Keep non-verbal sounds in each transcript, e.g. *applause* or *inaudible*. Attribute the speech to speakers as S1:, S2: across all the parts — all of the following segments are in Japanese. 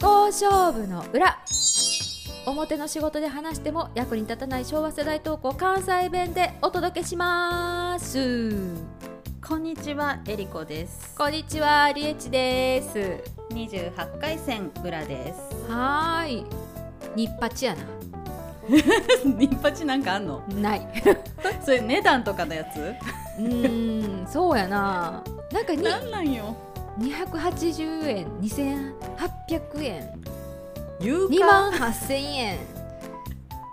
S1: 勝負の裏表の仕事で話しても役に立たない昭和世代投稿関西弁でお届けします
S2: こんにちは、えりこです。
S1: こんにちはりえちです
S2: 二十八回戦裏 *laughs* です。
S1: はーいニッパチや
S2: ニッパチなんかあんの？
S1: なない
S2: それ値段とかのやつ？
S1: うーんそうやななんかに
S2: なんなんよ。
S1: 280円2800円
S2: 言う
S1: 2
S2: か。
S1: 万8000円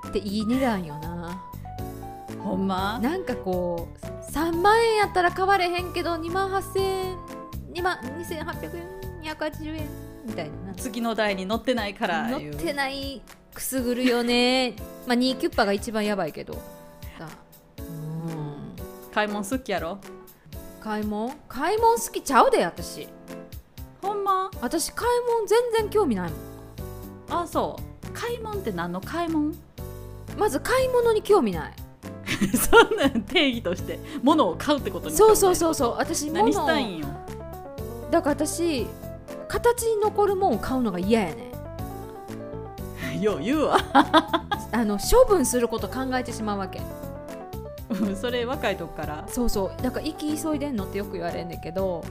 S1: っていい値段よな
S2: ほんま。
S1: なんかこう3万円やったら買われへんけど2万8000円2万2800円280円みたいな
S2: 次の台に乗ってないから
S1: 乗
S2: 言う。
S1: ってないくすぐるよね *laughs* まあ2キュッパが一番やばいけどさうん
S2: 買い物好きやろ。
S1: 買い物買い物好きちゃうで私
S2: ほんま。
S1: 私買い物全然興味ないもん
S2: あ、そう。買い物って何の買い物？ *laughs*
S1: まず買い物に興味ない
S2: そんなん定義として物を買うってことに。
S1: そうそう
S2: う。
S1: そうそう私物
S2: 何したいんよ。
S1: だから私形に残るもんを買うのが嫌やねん
S2: よう言うわ。 *laughs*
S1: あの処分すること考えてしまうわけ
S2: うんそれ若い時から。
S1: そうそうだから息急いでんのってよく言われるんだけど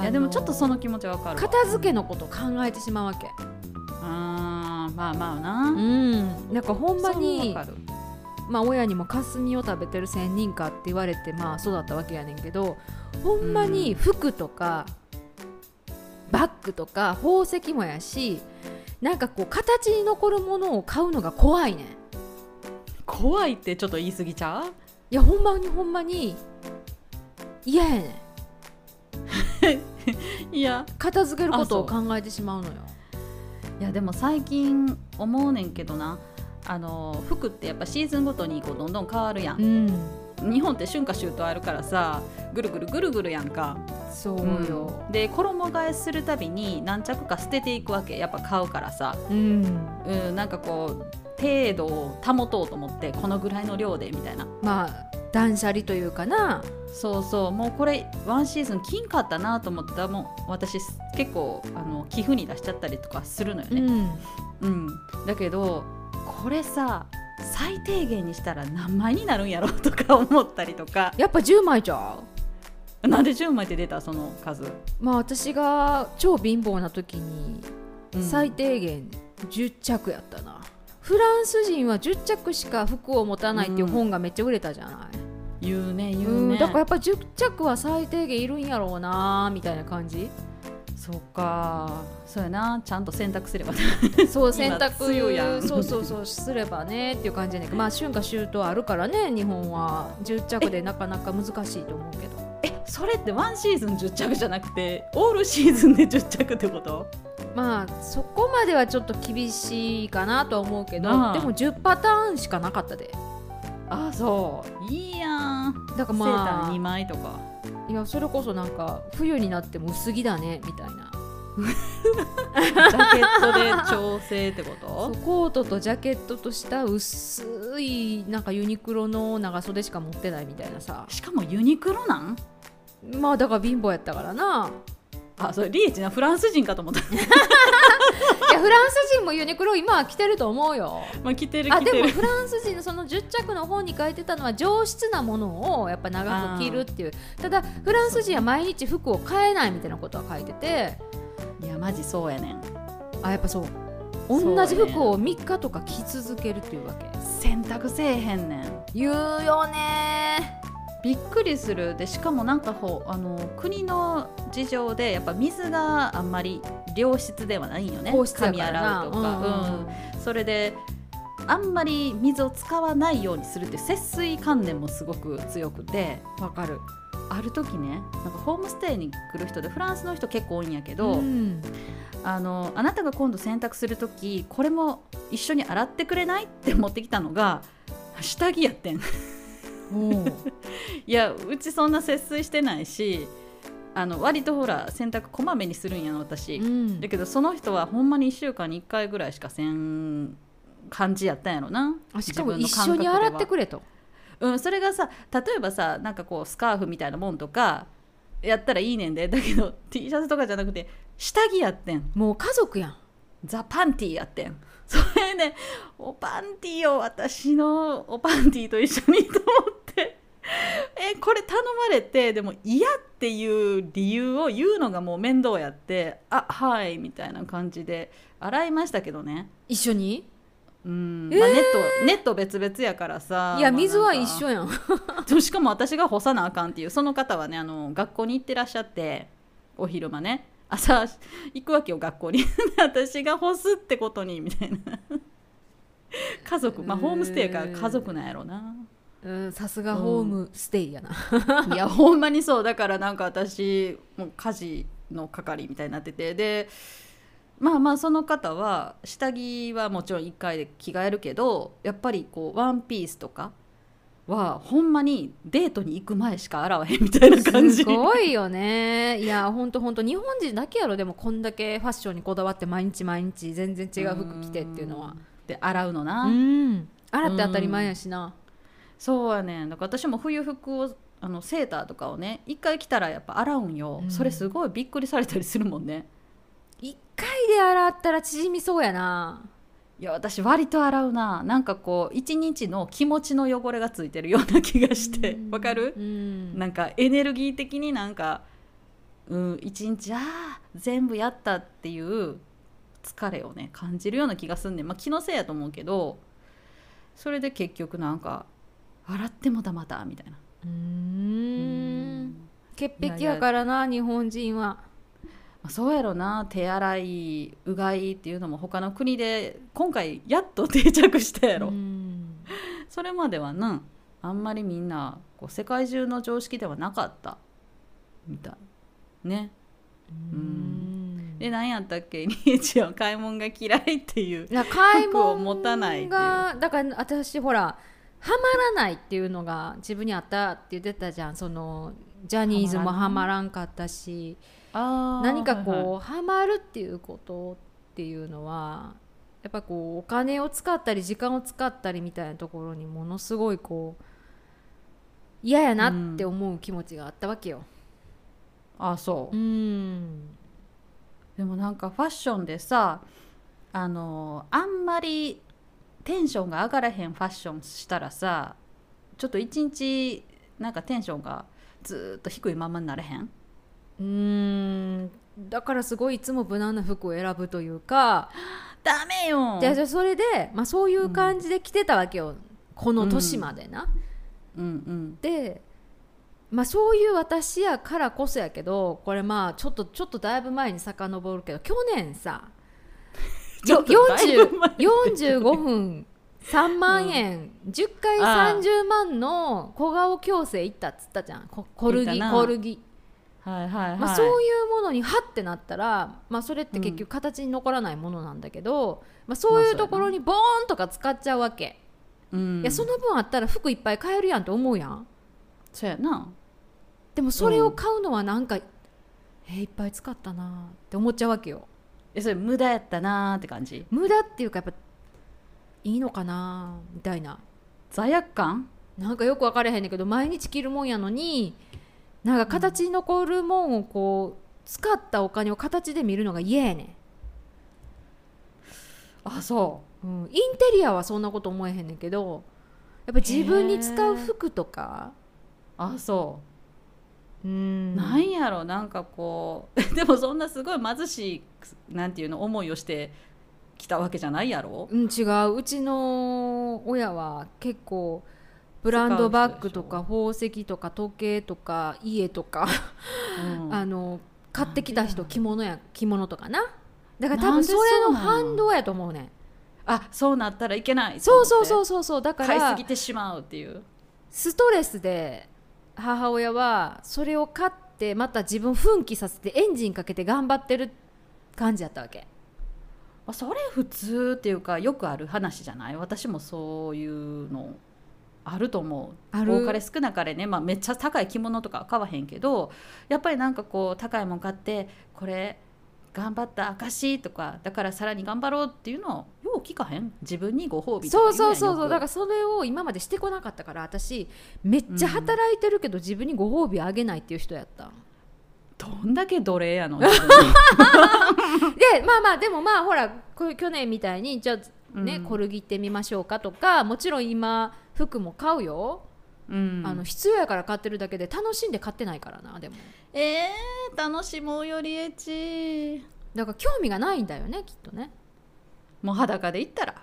S2: いやでもちょっとそ
S1: の
S2: の気持ちわかるわ。
S1: 片付けのこと考えてしまうわけ
S2: あーまあまあ
S1: う
S2: な。
S1: んなんかほんま
S2: そ
S1: に
S2: うわかる
S1: まあ、親にもかすみを食べてる仙人かって言われてまあ育ったわけやねんけどほんまに服とかバッグとか宝石もやしなんかこう形に残るものを買うのが怖いねん
S2: 怖いってちょっと言い過ぎちゃう
S1: いやほんまにほんまに嫌やねん
S2: いや
S1: 片付けることを
S2: あそ
S1: 考えてしまうのよ
S2: いやでも最近思うねんけどなあの服ってやっぱシーズンごとにこうどんどん変わるや、
S1: うんん
S2: 日本って春夏秋冬あるからさぐるぐるぐるぐるやんか、
S1: そうよ
S2: うんで衣替えするたびに何着か捨てていくわけやっぱ買うからさ、
S1: うん、
S2: うん、なんかこう程度を保とうと思ってこのぐらいの量でみたいな
S1: まあ断捨離というかな
S2: そうそうもうこれワンシーズン金買ったなと思ってたらもう私結構あの寄付に出しちゃったりとかするのよね、
S1: ん
S2: うん、だけどこれさ最低限にしたら何枚になるんやろとか思ったりと *laughs* か
S1: やっぱ10枚ちゃう
S2: なんで10枚って出たその数、
S1: まあ私が超貧乏な時に
S2: うん
S1: 最低限10着やったな、フランス人は10着しか服を持たないっていう本がめっちゃ売れたじゃない、
S2: 言うね言
S1: うん
S2: うね
S1: だからやっぱ10着は最低限いるんやろうなみたいな感じ
S2: *laughs* そうかそうやなちゃんと選択すれば
S1: そう洗
S2: 今強いや
S1: 濯
S2: ん
S1: そうそうそうすればねっていう感じやねんけどまあ春夏秋冬あるからね日本は10着でなかなか難しいと思うけど
S2: え *laughs* それってワンシーズン10着じゃなくてオールシーズンで10着ってこと
S1: まあそこまではちょっと厳しいかなとは思うけど
S2: なあ
S1: でも10パターンしかなかったで
S2: あそういいやん
S1: だから
S2: セー
S1: ま
S2: ター2
S1: あ
S2: 枚とか
S1: いやそれこそなんか冬になっても薄着だねみたいな
S2: ジャケットで調整って *laughs* こ
S1: そう
S2: と
S1: コートとジャケットとした薄いなんかユニクロの長袖しか持ってないみたいな
S2: *laughs*
S1: さ
S2: しかもユニクロなん
S1: まあだから貧乏やったからな
S2: あそれリーチなフランス人かと思った、
S1: いやフランス人もユニクロ今は着てると思うよ
S2: *laughs* まあ、着てる
S1: あ
S2: 着
S1: で
S2: て
S1: も
S2: る
S1: フランス人のその10着の本に書いてたのは上質なものをやっぱ長く着るっていうただフランス人は毎日服を変えないみたいなことは書いてて
S2: いやマジそうやねん
S1: あやっぱそう
S2: そう
S1: 同じ
S2: ね
S1: 服を3日とか着続けるっていうわけ
S2: 洗濯せえへんねん
S1: 言うよね
S2: びっくりするでしかもなんかほうあの国の事情でやっぱ水があんまり良質ではないんよね
S1: 皇室や
S2: 髪
S1: から
S2: 洗
S1: な
S2: うとか、うんそれであんまり水を使わないようにするっていう節水観念もすごく強くて
S1: うんわかる
S2: ある時ねなんかホームステイに来る人でフランスの人結構多いんやけど、
S1: うん
S2: あのあなたが今度洗濯する時これも一緒に洗ってくれないって持ってきたのが下着やってん
S1: おう
S2: いやうちそんな節水してないしあの割とほら洗濯こまめにするんやの
S1: *laughs*
S2: 私、
S1: うん
S2: だけどその人はほんまに1週間に1回ぐらいしかせん感じやったんやろな
S1: あしかも一
S2: 自
S1: 緒
S2: 分の感覚
S1: に
S2: では
S1: 洗ってくれと
S2: うん、それがさ例えばさなんかこうスカーフみたいなもんとかやったらいいねんでだけど T シャツとかじゃなくて下着やってん
S1: もう家族やん
S2: ザ・パンティーやってんそれねおパンティーを私のおパンティーと一緒にと思ってえこれ頼まれてでも嫌っていう理由を言うのがもう面倒やってあはいみたいな感じで洗いましたけどね
S1: 一緒に
S2: うん、
S1: えー
S2: まあ、ネットネット別々やからさ
S1: いや
S2: まあ
S1: 水は
S2: なん
S1: 一
S2: か
S1: 緒やん
S2: そうしかも私が干さなあかんっていうその方はねあの学校に行ってらっしゃってお昼間ね朝行くわけよ学校に *laughs* 私が干すってことにみたいな家族まあ
S1: へー
S2: ホームステイから家族なんやろな
S1: うんさすがホームステイやな、 *laughs*
S2: いやほんまにそうだからなんか私もう家事の係みたいになっててでまあまあその方は下着はもちろん1回で着替えるけどやっぱりこうワンピースとかはほんまにデートに行く前しか洗わへんみたいな感じ
S1: すごいよねいやほんとほんと日本人だけやろでもこんだけファッションにこだわって毎日毎日全然違う服着てっていうのは
S2: で洗うのな、
S1: うん洗って当たり前やしな
S2: そうやねんだから私も冬服をあのセーターとかをね一回着たらやっぱ洗うんよ、
S1: うん
S2: それすごいびっくりされたりするもんね
S1: 一回で洗ったら縮みそうやない
S2: や私割と洗うななんかこう一日の気持ちの汚れがついてるような気がして
S1: うん
S2: わかる
S1: う
S2: なんんかエネルギー的になんかうん一日ああ全部やったっていう疲れをね感じるような気がすんねんまあ気のせいやと思うけどそれで結局なんか洗ってもだまたみたいな
S1: う
S2: うんん
S1: 潔癖やからな日本人は
S2: まあそうやろな手洗いうがいっていうのも他の国で今回やっと定着したやろ、
S1: うん
S2: それまではなあんまりみんなこう世界中の常識ではなかったみたいね
S1: うん
S2: で何やったっけニ *laughs* ーチェは買い物が嫌いっていう
S1: いや買い
S2: 服
S1: 物
S2: を持たないっていう
S1: がだから私ほらハマらないっていうのが自分にあったって言ってたじゃんそのジャニーズもハ
S2: ハマ
S1: マらんかったし
S2: あ
S1: 何かこうハマるっていうことっていうのはやっぱこうお金を使ったり時間を使ったりみたいなところにものすごいこう嫌やなって思う気持ちがあったわけよ。
S2: あそう
S1: う、ん
S2: でもなんかファッションでさあのあんまりテンションが上がらへんファッションしたらさちょっと一日なんかテンションがずーっと低いままになれへん
S1: うーんだからすごいいつも無難な服を選ぶというか
S2: ダメよ
S1: じゃあじゃあそれで、まあ、そういう感じで来てたわけよ、この年までな。
S2: うんうん
S1: で、まあ、そういう私やからこそやけどこれまあちょっとちょっとだいぶ前に遡るけど去年さ
S2: ちょ
S1: よ
S2: っとだいぶ前
S1: 40 45分3万円、10回
S2: ああ
S1: 30万の小顔矯正行ったっつったじゃんこコル
S2: 行っ
S1: ギ
S2: たな
S1: コルギ、
S2: はいはいはい、
S1: まあ、そういうものにハッてなったら、まあ、それって結局形に残らないものなんだけど、まあ、そういうところにボーンとか使っちゃうわけ。
S2: うん
S1: いやその分あったら服いっぱい買えるやんと思うやん
S2: そうやな
S1: でもそれを買うのはなんか、えーいっぱい使ったなーって思っちゃうわけよ
S2: えそれ無駄やったなーって感じ
S1: 無駄っていうかやっぱいいのかなーみたいな
S2: 罪悪感
S1: なんかよく分からへんねんけど毎日着るもんやのになんか形に残るもんをこう使ったお金を形で見るのが嫌やね
S2: あそ
S1: ん、うん、インテリアはそんなこと思えへんねんけどやっぱ自分に使う服とか
S2: うあそうう、
S1: ん
S2: なんやろなんかこう *laughs* でもそんなすごい貧しいなんていうの思いをしてきたわけじゃないやろ
S1: うん、違ううちの親は結構ブランドバッグとか宝石とか時計とか家とか、
S2: うん
S1: あの買ってきた人
S2: なんで
S1: 着物や着物とかなだから多
S2: なん
S1: 分
S2: で
S1: そ
S2: そう
S1: れの
S2: なの
S1: 反動やと思うねん
S2: あそうなったらいけない
S1: そうそうそううそうそうだか
S2: 買いす
S1: ら
S2: ぎてしまうっていう
S1: ストレスで母親はそれを買ってまた自分奮起させてエンジンかけて頑張ってる感じやったわけ
S2: まあそれ普通っていうかよくある話じゃない私もそういうのあると思う
S1: ある
S2: 多かれ少なかれね、まあ、めっちゃ高い着物とかは買わへんけどやっぱりなんかこう高いもん買ってこれ頑張った証とかだからさらに頑張ろうっていうのはよう聞かへん自分にご褒美とか
S1: そう
S2: 言
S1: そうそうそうだかららそれを今までしてこなかったから私めっちゃ働いてるけど自分にご褒美あげないっていう人やった、 *laughs*
S2: どんだけ奴隷やの自分に
S1: でまあまあでもまあほらこ去年みたいにじゃあね、
S2: うん
S1: コルギってみましょうかとかもちろん今服も買うよ、
S2: うん
S1: あの必要やから買ってるだけで楽しんで買ってないからなでも
S2: えー、楽しもうよりえち
S1: だから興味がないんだよねきっとね
S2: もう裸で行ったら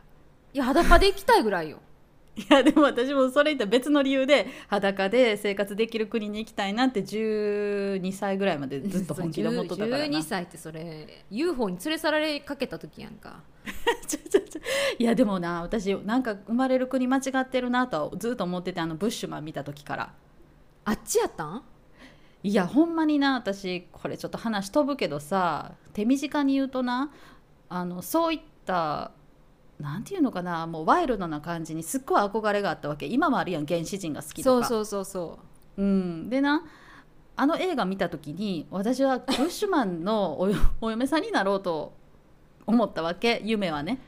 S1: いや裸で行きたいぐらいよ
S2: いやでも私もそれ言ったら別の理由で裸で生活できる国に行きたいなって12歳ぐらいまで *laughs* ずっと本気で思っとったからな
S1: 12
S2: *laughs*
S1: 歳ってそれ UFO に連れ去られかけた時やんか
S2: ちょちょちょいやでもな私なんか生まれる国間違ってるなとはずっと思っててあのブッシュマン見た時から
S1: あっちやったん
S2: いやほんまにな私これちょっと話飛ぶけどさ手短に言うとなあのそういったなんていうのかなもうワイルドな感じにすっごい憧れがあったわけ今もあるやん原始人が好きとか
S1: そうそうそうそう
S2: うん、でなあの映画見た時に私はブッシュマンのおよお嫁さんになろうと思ったわけ夢はね。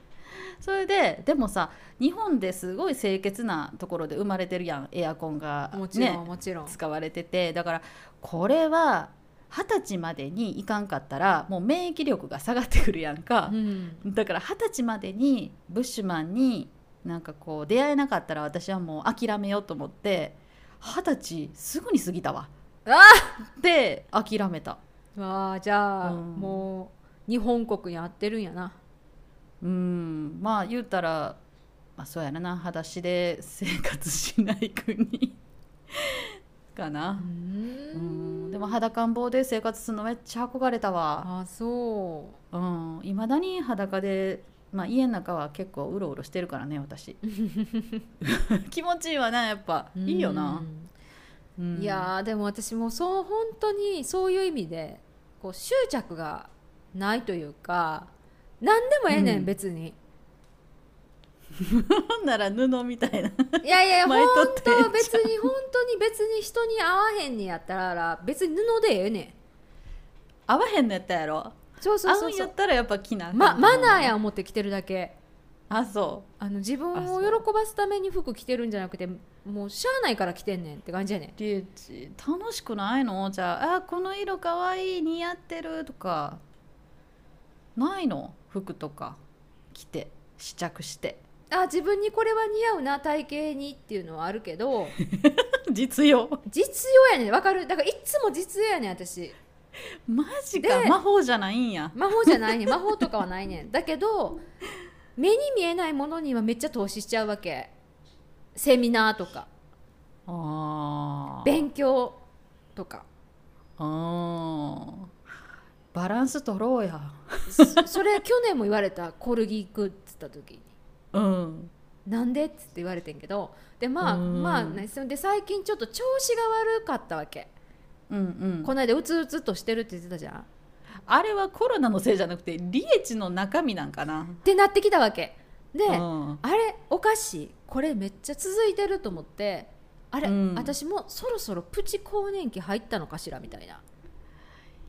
S2: それででもさ日本ですごい清潔なところで生まれてるやんエアコンが、
S1: もちろん、
S2: ね、
S1: もちろん
S2: 使われててだからこれは二十歳までにいかんかったらもう免疫力が下がってくるやんか。
S1: うん
S2: だから二十歳までにブッシュマンになんかこう出会えなかったら私はもう諦めようと思って二十歳すぐに過ぎたわ
S1: あ
S2: で諦めた
S1: わあじゃあ、
S2: うん
S1: もう日本国に合ってるんやな
S2: うんまあ言うたら、まあ、そうやなな裸足で生活しない国かなうんでも裸ん坊で生活するのめっちゃ憧れたわ
S1: あそう
S2: いま、未だに裸で、まあ、家の中は結構うろうろしてるから
S1: *laughs*
S2: ね私気持ちいいわなやっぱいいよ
S1: う
S2: な、
S1: んいやーでも私もそう本当にそういう意味でこう執着がないというか何でもええねん、
S2: うん
S1: 別に
S2: ほんなら布みたいな
S1: いや
S2: *laughs*
S1: いや
S2: 巻
S1: 本
S2: いとって
S1: 当別に本当に別に人に合わへんねやったら別に布でええねん
S2: 合わへんのやったやろ
S1: そうそう
S2: 合
S1: そううん
S2: や
S1: そう
S2: ったらやっぱ着なあかん
S1: まマナーや
S2: ん
S1: 思って着てるだけ
S2: あそ
S1: あの自分
S2: あ
S1: を
S2: そう
S1: 喜ばすために服着てるんじゃなくてもうしゃあないから着てんねんって感じやねん
S2: うリュウチ楽しくないのじゃああこの色かわいい似合ってるとかないの服とか着て試着して
S1: *laughs* あ自分にこれは似合うな体型にっていうのはあるけど *laughs*
S2: 実用
S1: 実用やねんわかるだからいつも実用やねん私
S2: マジか
S1: で
S2: 魔法じゃないんや
S1: 魔法じゃないねん *laughs* 魔法とかはないねんだけど目に見えないものにはめっちゃ投資しちゃうわけセミナーとか
S2: あー
S1: 勉強とか
S2: あーバランス取ろうや
S1: そ *laughs* それ去年も言われたコルギ行くっつった時に
S2: うん
S1: なんでっつって言われてんけどでまあ
S2: うん
S1: まあ、ね、それで最近ちょっと調子が悪かったわけ
S2: うんうん
S1: この間うつうつっとしてるって言ってたじゃんっ
S2: あれはコロナのせいじゃなくてリエチの中身なんかな
S1: てなってきたわけで、
S2: うん
S1: あれおかしいこれめっちゃ続いてると思ってあれ、
S2: うん
S1: 私もそろそろプチ更年期入ったのかしらみたいな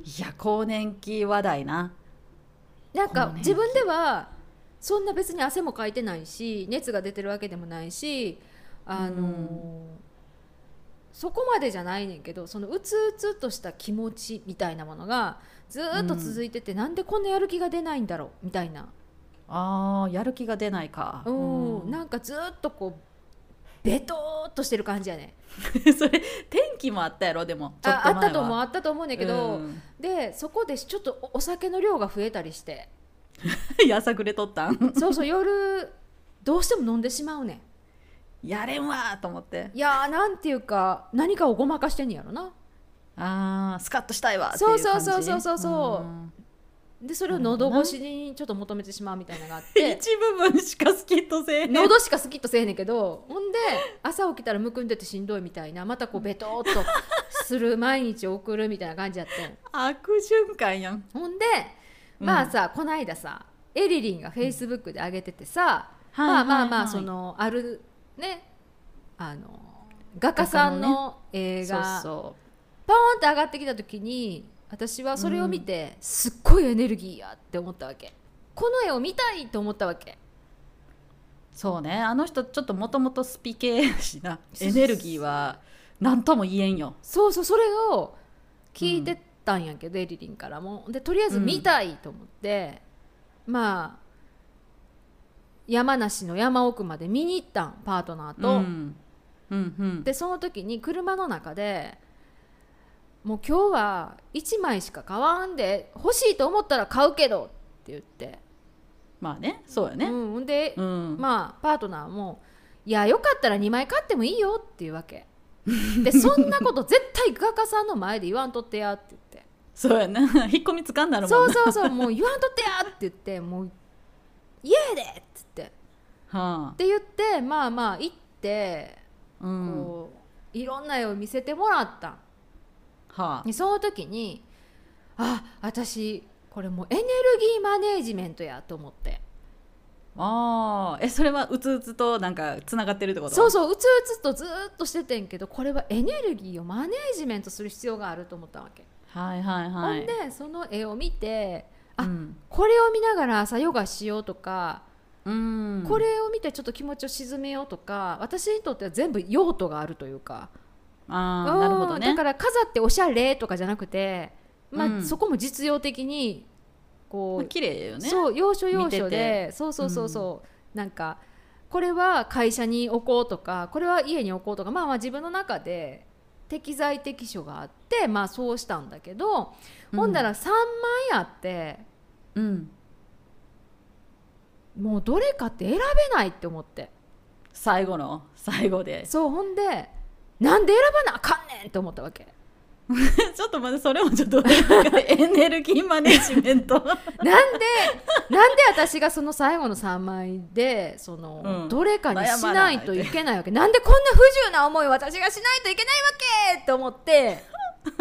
S1: い
S2: や更年期話題な
S1: なんか
S2: 更年期
S1: 自分ではそんな別に汗もかいてないし熱が出てるわけでもないしあのー
S2: うん
S1: そこまでじゃないねんけどそのうつうつっとした気持ちみたいなものがずーっと続いてて、なんでこんなやる気が出ないんだろうみたいな
S2: あーやる気が出ないか
S1: うん、
S2: うん
S1: なんかずーっとこうベトーっとしてる感じやねん
S2: *laughs* それ天気もあったやろでもちょっ
S1: ああっ
S2: と前は
S1: たと思うあ
S2: っ
S1: ったと思うんだけど、でそこでちょっとおお酒の量が増えたりして
S2: *laughs* やさぐれとったん
S1: そうそう夜どうしても飲んでしまうね
S2: やれんわーと思って
S1: んいやーなんていうか何かをごまかしてんねやろな
S2: あースカッとしたいわっていう感じ
S1: そうそうそうそうそう
S2: うん
S1: でそれを喉越しにちょっと求めてしまうみたいなのがあっ
S2: *laughs*
S1: て
S2: 一部分しかスキッとせえへん
S1: 喉しかスキッとせえへんねんけどほんで朝起きたらむくんでてしんどいみたいなまたこうベトーっとする毎日を送るみたいな感じやってん
S2: 悪循環やん
S1: ほんで
S2: うん
S1: まあさ、こないださエリリンがフェイスブックで上げててさ、
S2: はい
S1: まあまあま
S2: はいは
S1: あ
S2: い
S1: そのあるねあの画家さんの映
S2: そう
S1: 画
S2: そ
S1: ポーンって上がってきた時に私はそれを見て、すっごいエネルギーやって思ったわけこの絵を見たいと思ったわけ
S2: うそうねあの人ちょっともともとスピ系やし
S1: *laughs*
S2: なエネルギーは何とも言えんよ
S1: そうそうそれを聞いてたんやけど、エリリンからもでとりあえず見たいと思って、まあ山梨の山奥まで見に行ったんパートナーと、
S2: うんうんうん、
S1: でその時に車の中でもう今日は1枚しか買わんで欲しいと思ったら買うけどって言って、
S2: まあねそうやね、
S1: うん、ほんで、
S2: うん
S1: まあパートナーも「いやよかったら2枚買ってもいいよ」っていうわけでそんなこと絶対画家さんの前で言わんとってやって言って
S2: そうやな *laughs* 引っ込みつかんなるも
S1: そ
S2: ん
S1: う
S2: な
S1: そうそうもう言わんとってやって言ってもう「家で!」って言ってっ
S2: は
S1: て言ってまあまあ行って
S2: あ、うん、は
S1: こう、いろんな絵を見せてもらった
S2: あ
S1: でその時にあ私これもうエネルギーマネージメントやと思って
S2: あーえそれはうつうつとなんかつながってるってこと
S1: そうそううつうつとずーっとしててんけどこれはエネルギーをマネージメントする必要があると思ったわけ、
S2: はいはいはい
S1: ほんでその絵を見てあ
S2: うん
S1: これを見ながら朝ヨガしようとか、
S2: うん、
S1: これを見てちょっと気持ちを沈めようとか私にとっては全部用途があるというか
S2: あ
S1: う
S2: ー
S1: ん
S2: なるほどね
S1: だから飾っておしゃれとかじゃなくて、まあ
S2: うん
S1: そこも実用的にこ
S2: ま
S1: う
S2: あ、綺麗よね
S1: そう要所要
S2: 見て
S1: 所でそうそうそうそう、なんかこれは会社に置こうとかこれは家に置こうとかまあまあ自分の中で適材適所があってまあそうしたんだけど、
S2: うん
S1: ほんだら3万円あって
S2: うん、
S1: もうどれかって選べないって思って
S2: 最後の最後で
S1: そうほんでなんで選ばなあかんねんって思ったわけ
S2: *laughs* ちょっと待ってそれもちょっと
S1: *laughs*
S2: エネルギーマネジメント
S1: なんでなんで私がその最後の3枚でその、
S2: うん
S1: どれかにしないといけないわけなんでこんな不自由な思いを私がしないといけないわけと思って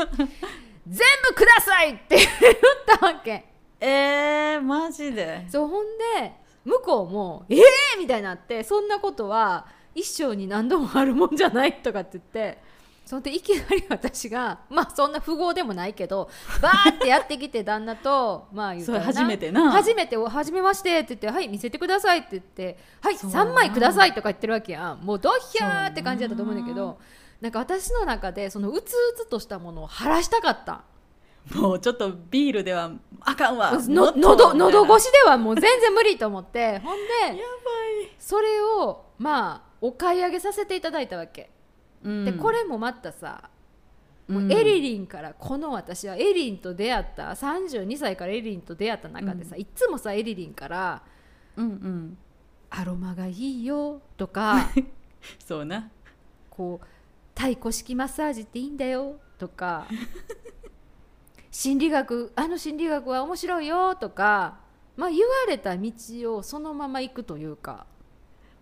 S2: *laughs*
S1: 全部くださいって言ったわけ
S2: えー、マジで
S1: そうほんで向こうも「ええー!」みたいになってそんなことは一生に何度もあるもんじゃないとかって言ってそんでいきなり私がまあそんな富豪でもないけどバーってやってきて旦那とまあ言うたら
S2: そう初めてな
S1: 初めてお初めましてって言って「はい見せてください」って言って「はい
S2: そうやな
S1: 3枚ください」とか言ってるわけやんもうドッヒャーって感じだったと思うんだけ
S2: そうや
S1: どなんか私の中でそのうつうつとしたものを晴らしたかった
S2: もうちょっとビールではあかんわ
S1: の
S2: もっと
S1: 喉
S2: みたいな
S1: 喉越しではもう全然無理と思っ
S2: *laughs*
S1: てほんで
S2: や
S1: それをまあお買い上げさせていただいたわけ、
S2: ばい、うん
S1: でこれもまたさも
S2: う
S1: うんエリリンからこの私はエリンと出会った32歳からエリンと出会った中でさ、いつもさエリリンから
S2: うんうん
S1: 「アロマがいいよ」と
S2: *laughs*
S1: か
S2: そうな
S1: こう「太鼓式マッサージっていいんだよ」と
S2: *laughs*
S1: か「心理学あの心理学は面白いよ」とか、まあ、言われた道をそのまま行くという
S2: *laughs*
S1: か。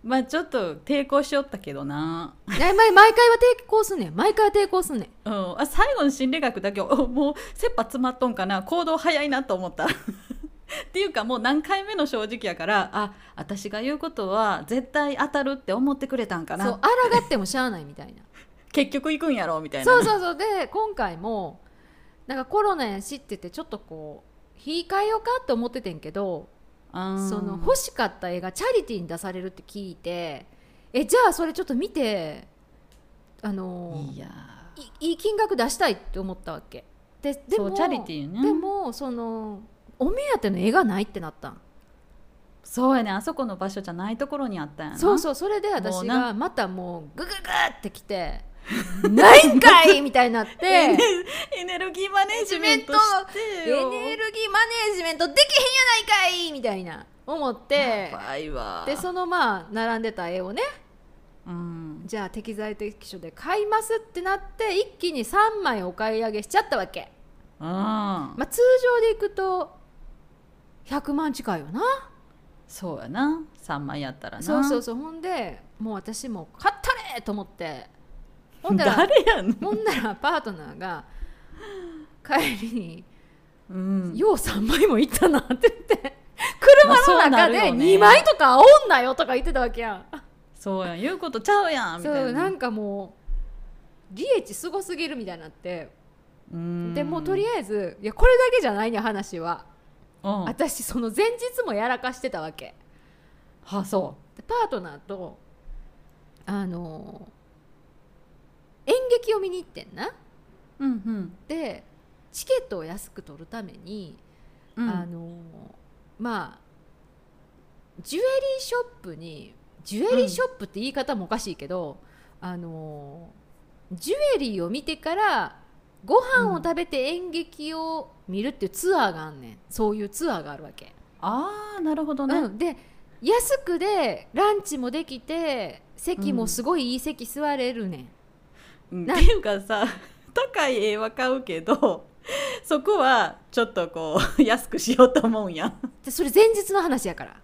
S2: まあちょっと抵抗しよったけどな、
S1: 毎毎回は抵抗すんねん毎回は抵抗すんねん
S2: うん、あ最後の心理学だけおもう切羽詰まっとんかな行動早いなと思った *laughs* っていうかもう何回目の正直やからあ私が言うことは絶対当たるって思ってくれたんか
S1: そう
S2: な
S1: 抗ってもしゃあないみたい
S2: *laughs*
S1: な
S2: 結局行くんやろみたいな
S1: そうそうそうで今回もなんかコロナやしって言ってちょっとこう引い替えようかって思っててんけど
S2: あー
S1: その欲しかった絵がチャリティーに出されるって聞いてえじゃあそれちょっと見てあの
S2: いや
S1: いいい金額出したいって思ったわけで
S2: ー
S1: で
S2: そ
S1: も
S2: うチャリティーね
S1: でもそのお目当ての絵がないってなったん
S2: そうやねあそこの場所じゃないところにあったんやな
S1: そうそうそれで
S2: もう
S1: 私
S2: な
S1: がまたもうグググってきて *laughs* 「ないんかい!」みたいにな
S2: *laughs*
S1: ってエネ
S2: エ
S1: ルギ
S2: ネエネルギーマネジメントして
S1: ー
S2: よ
S1: マネージメントできへんやないかいみたいな思って
S2: やばいわ
S1: でそのまあ並んでた絵をね
S2: うん
S1: じゃあ適材適所で買いますってなって一気に3枚お買い上げしちゃったわけ、
S2: うん
S1: まあ、通常でいくと100万近いよな
S2: そうやな3枚やったらな
S1: そうそうそうほんでもう私も買ったれと思ってほんだら
S2: 誰やねん、
S1: ほんならパートナーが帰りに
S2: うん
S1: 「よう3枚もいったな」って言って車の中
S2: まあそうなる
S1: で
S2: よね
S1: 2枚とかおんなよとか言ってたわけやん
S2: そうやん言うことちゃうやんみ
S1: そ
S2: たいうな
S1: なんかもうリエチすごすぎるみたいになって
S2: うん
S1: でもうとりあえずいやこれだけじゃないね話は
S2: うん
S1: 私その前日もやらかしてたわけ
S2: はそ
S1: でパートナーとあの演劇を見に行ってんな
S2: ううんうん
S1: でチケットを安く取るために
S2: うん
S1: あのまあジュエリーショップにジュエリーショップって言い方もおかしいけど、あのージュエリーを見てからご飯を食べて演劇を見るっていうツアーがあんねんそういうツアーがあるわけ、
S2: ああなるほどね、
S1: うん、で安くでランチもできて席もすごいいい席座れるねん、
S2: うん
S1: な
S2: っていうかさ高い絵は買うけどそこはちょっとこう *laughs* 安くしようと思うんやん
S1: でそれ前日の話やから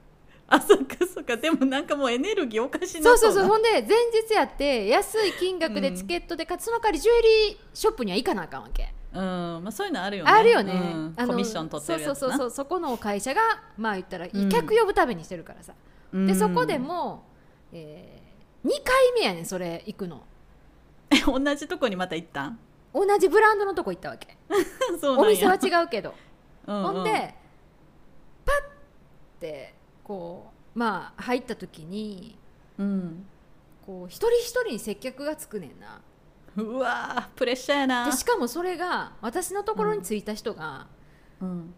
S2: あそっかそっかでもなんかもうエネルギーおかし
S1: そ
S2: な
S1: うそうそう
S2: な
S1: ほんで前日やって安い金額でチケットで買って、その代わりジュエリーショップには行かなあかんわけ、
S2: うんまあ、そういうのあるよね
S1: あるよね、
S2: うん
S1: あの
S2: コミッション取ってるやつな
S1: そうそうそうそこの会社がまあ言ったら
S2: うん
S1: 客呼ぶためにしてるからさ、
S2: うん
S1: でそこでも、え2回目やねんそれ行くの
S2: え同じとこにまた行ったん *laughs*
S1: 同じブランドのとこ行ったわけ
S2: そう
S1: お
S2: なん
S1: 店
S2: や
S1: は違うけど
S2: うんうん
S1: ほんでパッてこうまあ入った時に
S2: うん
S1: こう一人一人に接客がつくねんな
S2: うわープレッシャーやな
S1: でしかもそれが私のところに着いた人が、
S2: うん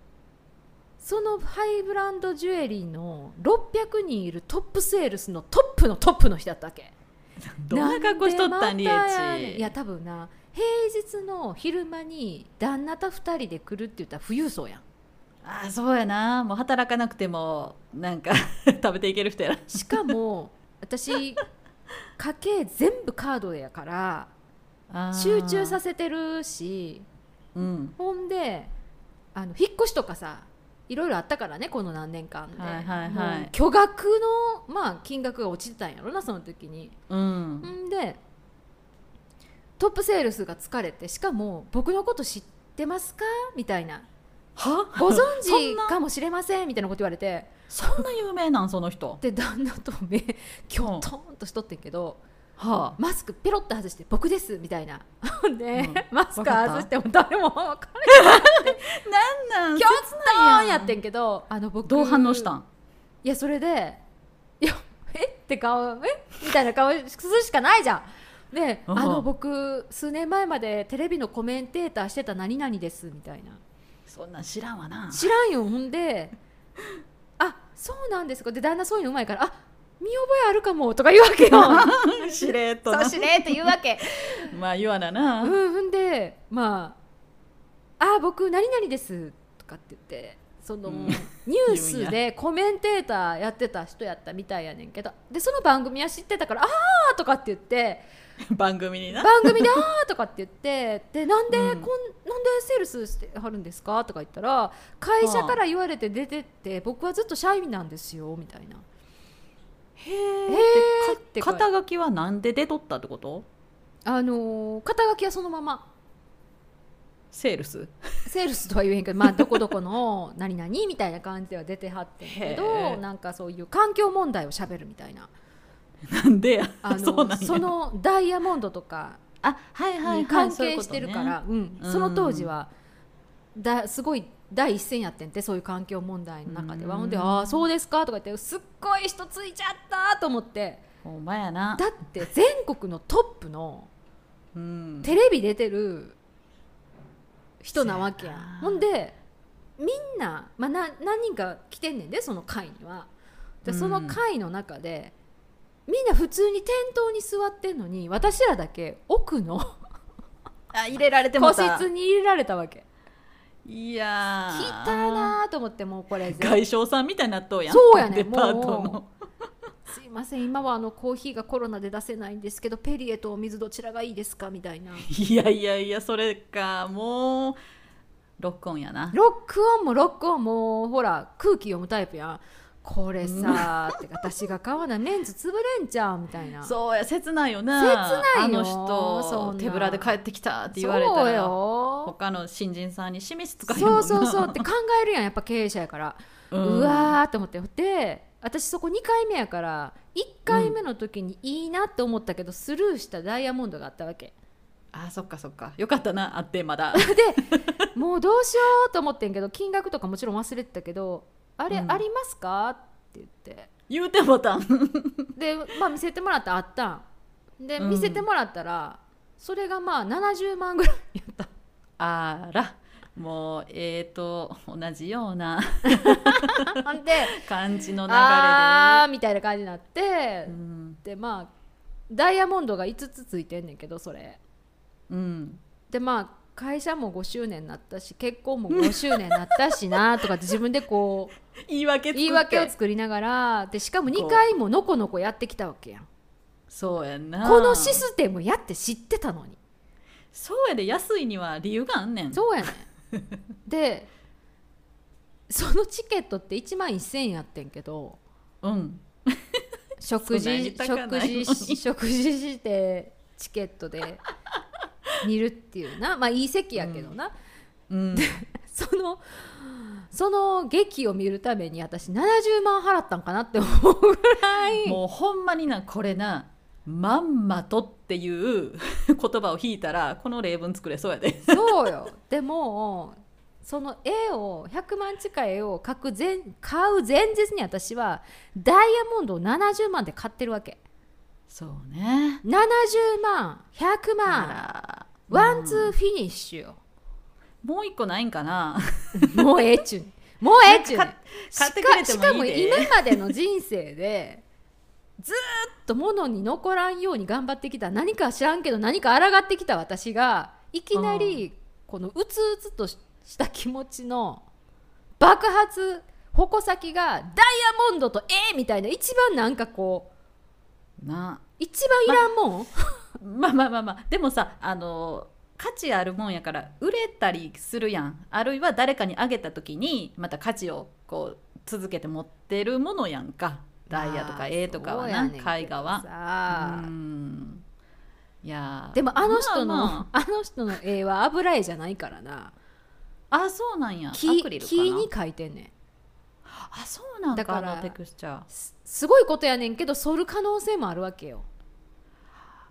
S1: そのハイブランドジュエリーの600人いるトップセールスのトップのトップの人だったわけ
S2: どんな格好しとったん
S1: で
S2: リ
S1: まやね
S2: エチ
S1: いや多分な平日の昼間に旦那と2人で来るって言ったら富裕層やん
S2: あーそうやなもう働かなくてもなんか *laughs* 食べていける人やな
S1: しか
S2: *laughs*
S1: も私家計全部カードやから
S2: あー
S1: 集中させてるし
S2: うん
S1: ほんであの引っ越しとかさいろいろあったからねこの何年間で、
S2: はいはいはい
S1: もう巨額の、まあ、金額が落ちてたんやろなその時に
S2: うん
S1: んでトップセールスが疲れてしかも「僕のこと知ってますか?」みた
S2: *laughs*
S1: いな
S2: は
S1: 「ご存
S2: *laughs* そ
S1: 知
S2: んな
S1: かもしれません」みたいなこと言われて
S2: そんな有名なんその人
S1: で旦那と
S2: *laughs*
S1: 目きょとんとしとってんけど
S2: は
S1: マスクペロッと外して「僕です」みたいなで、
S2: うん
S1: マスク
S2: わかった
S1: 外しても誰も分からない
S2: あなん
S1: きょ
S2: 切な
S1: と
S2: いやん
S1: んやってんけどあの僕
S2: どう反応したん
S1: いやそれで「いやえっ?」て顔「えみたいな顔するしかないじゃん。で「
S2: うん
S1: あの僕数年前までテレビのコメンテーターしてた何々です」みたいな
S2: そんなん知らんわな
S1: 「知らんよほんであそうなんですか」で旦那そういうのうまいから「あ見覚えあるかも」とか言うわ
S2: *laughs*
S1: けよ。
S2: しれっ
S1: *laughs*
S2: と
S1: そ
S2: な
S1: うしねって言うわけ。
S2: まあ言わなな、
S1: うん、ほんでまあ「あ僕何々です」とかって言ってその、
S2: うん
S1: ニュースでコメンテーターやってた人やったみたいやねんけどでその番組は知ってたから「ああ」とかって言って
S2: 番組にな
S1: 番組で「ああ」とかって言って「でなんで、
S2: うん
S1: こんなんでセールスしてはるんですか?」とか言ったら「会社から言われて出てって僕はずっと社員なんですよ」みたいな。
S2: へ
S1: へー
S2: っ
S1: って
S2: て
S1: こう
S2: 肩書きはなんで出とったってこと
S1: あのー肩書きはそのまま
S2: セールス
S1: セールスとは言えへんけど、まあ、どこどこの何々みたいな感じでは出てはってんけ
S2: へ
S1: ど
S2: え
S1: なんかそういう環境問題をしゃべるみたい
S2: *laughs*
S1: な
S2: なんでや
S1: あの
S2: *laughs* そうなんや
S1: そのダイヤモンドとか
S2: あはいはい、はい、
S1: に関係してるからうん
S2: うん
S1: その当時はだすごい第一線やってんってそういう環境問題の中では
S2: うん
S1: ほんで「ああそうですか」とか言って「すっごい人ついちゃった」と思って
S2: ほんまやな
S1: だって全国のトップの
S2: うん
S1: テレビ出てる人なわけや
S2: そやなん
S1: ほんでみんな、まあ、な何人か来てんねんでその会にはで
S2: うん
S1: その会の中で、みんな普通に店頭に座ってんのに私らだけ奧の
S2: あ入れられて
S1: 個
S2: もた
S1: 室に入れられたわけ
S2: いや
S1: 聞い
S2: ー
S1: たなーと思ってもうこれ全部
S2: 外商さんみたいになっとうやん
S1: そうやね
S2: デパートの
S1: もすいません今はあのコーヒーがコロナで出せないんですけどペリエとお水どちらがいいですかみたいない
S2: やいやいやそれかもうロックオンやな
S1: ロックオンもロックオンもほら空気読むタイプやんこれさーって私が買わないメンズ潰れんじゃんみたいな
S2: そうや切ないよな
S1: 切ないよ
S2: あの
S1: そ
S2: 人
S1: んな
S2: 手ぶらで帰ってきたって言われた
S1: そう
S2: ら
S1: よ
S2: 他の新人さんにしみしつかへんもん
S1: そ
S2: な
S1: うそうそうって考えるやんやっぱ経営者やから、
S2: う
S1: うんわーって思ってで私そこ2回目やから1回目の時にいいなって思ったけど、スルーしたダイヤモンドがあったわけ
S2: *laughs* あそっかそっかよかったなあってま
S1: *laughs*
S2: だ *laughs*
S1: でもうどうしようと思ってんけど金額とかもちろん忘れてたけど「あれ、
S2: うん
S1: ありますか?」って言って
S2: 言うてもたん
S1: で、まあ、見せてもらったらあったんで
S2: う
S1: *laughs*
S2: ん
S1: 見せてもらったら、それがまあ70万ぐらいやった
S2: あらもうえーと同じような
S1: ほ *laughs* んで
S2: 感じの流れで、
S1: あーみたいな感じになって、
S2: うん
S1: でまあダイヤモンドが5つついてんねんけどそれ
S2: うん、
S1: でまあ会社も5周年になったし結婚も5周年になったしな *laughs* とかって自分でこう
S2: 言い訳作って
S1: 言い訳を作りながらでしかも2回ものこのこやってきたわけやん
S2: そうやんな
S1: このシステムやって知ってたのに
S2: そうやで安いには理由があんねん
S1: そうやねんでそのチケットって1万1000円やってんけど
S2: うん
S1: 食
S2: そんなに
S1: 事
S2: 高
S1: 食
S2: ないのに
S1: 事し食事してチケットで見るっていうなまあいい席やけどな、
S2: うん
S1: そのその劇を見るために私70万払ったんかなって思うぐらい
S2: もうほんまになこれなまんまとっていう *laughs* 言葉を引いたらこの例文作れそうやで
S1: そうよでもその絵を100万近い絵を描く前買う前日に私はダイヤモンドを70万で買ってるわけ
S2: そうね
S1: 70万100万
S2: あら
S1: ワンツ
S2: う
S1: ー
S2: ん
S1: フィニッシュよ、
S2: もう一個ないんかな *laughs*
S1: もうええっちゅうねんもうええっちゅうねん
S2: なんか買ってくれて
S1: しかしか
S2: も
S1: も
S2: いいで
S1: 今までの人生でずーっと物に残らんように頑張ってきた何か知らんけど何か抗ってきた私がいきなりこのうつうつとしした気持ちの爆発矛先がダイヤモンドとええみたいな一番なんかこう
S2: な
S1: 一番いらんもん、
S2: まあまあまあまあでもさあの価値あるもんやから売れたりするやんあるいは誰かにあげた時にまた価値をこう続けて持ってるものやんかダイヤと
S1: まあ
S2: か絵とかは
S1: そうや
S2: な
S1: ねんけど
S2: 絵画は
S1: さ
S2: う
S1: あ
S2: んいやー
S1: でもあの人の、
S2: まあ
S1: あの人の絵は油絵じゃないからな
S2: まああそうなんや
S1: 木
S2: アクリルかな
S1: 木に描いてんねん
S2: あそうなん
S1: だ
S2: だ
S1: か
S2: かららテクスチャー
S1: すすごいことやねんけど剃る可能性もあるわけよ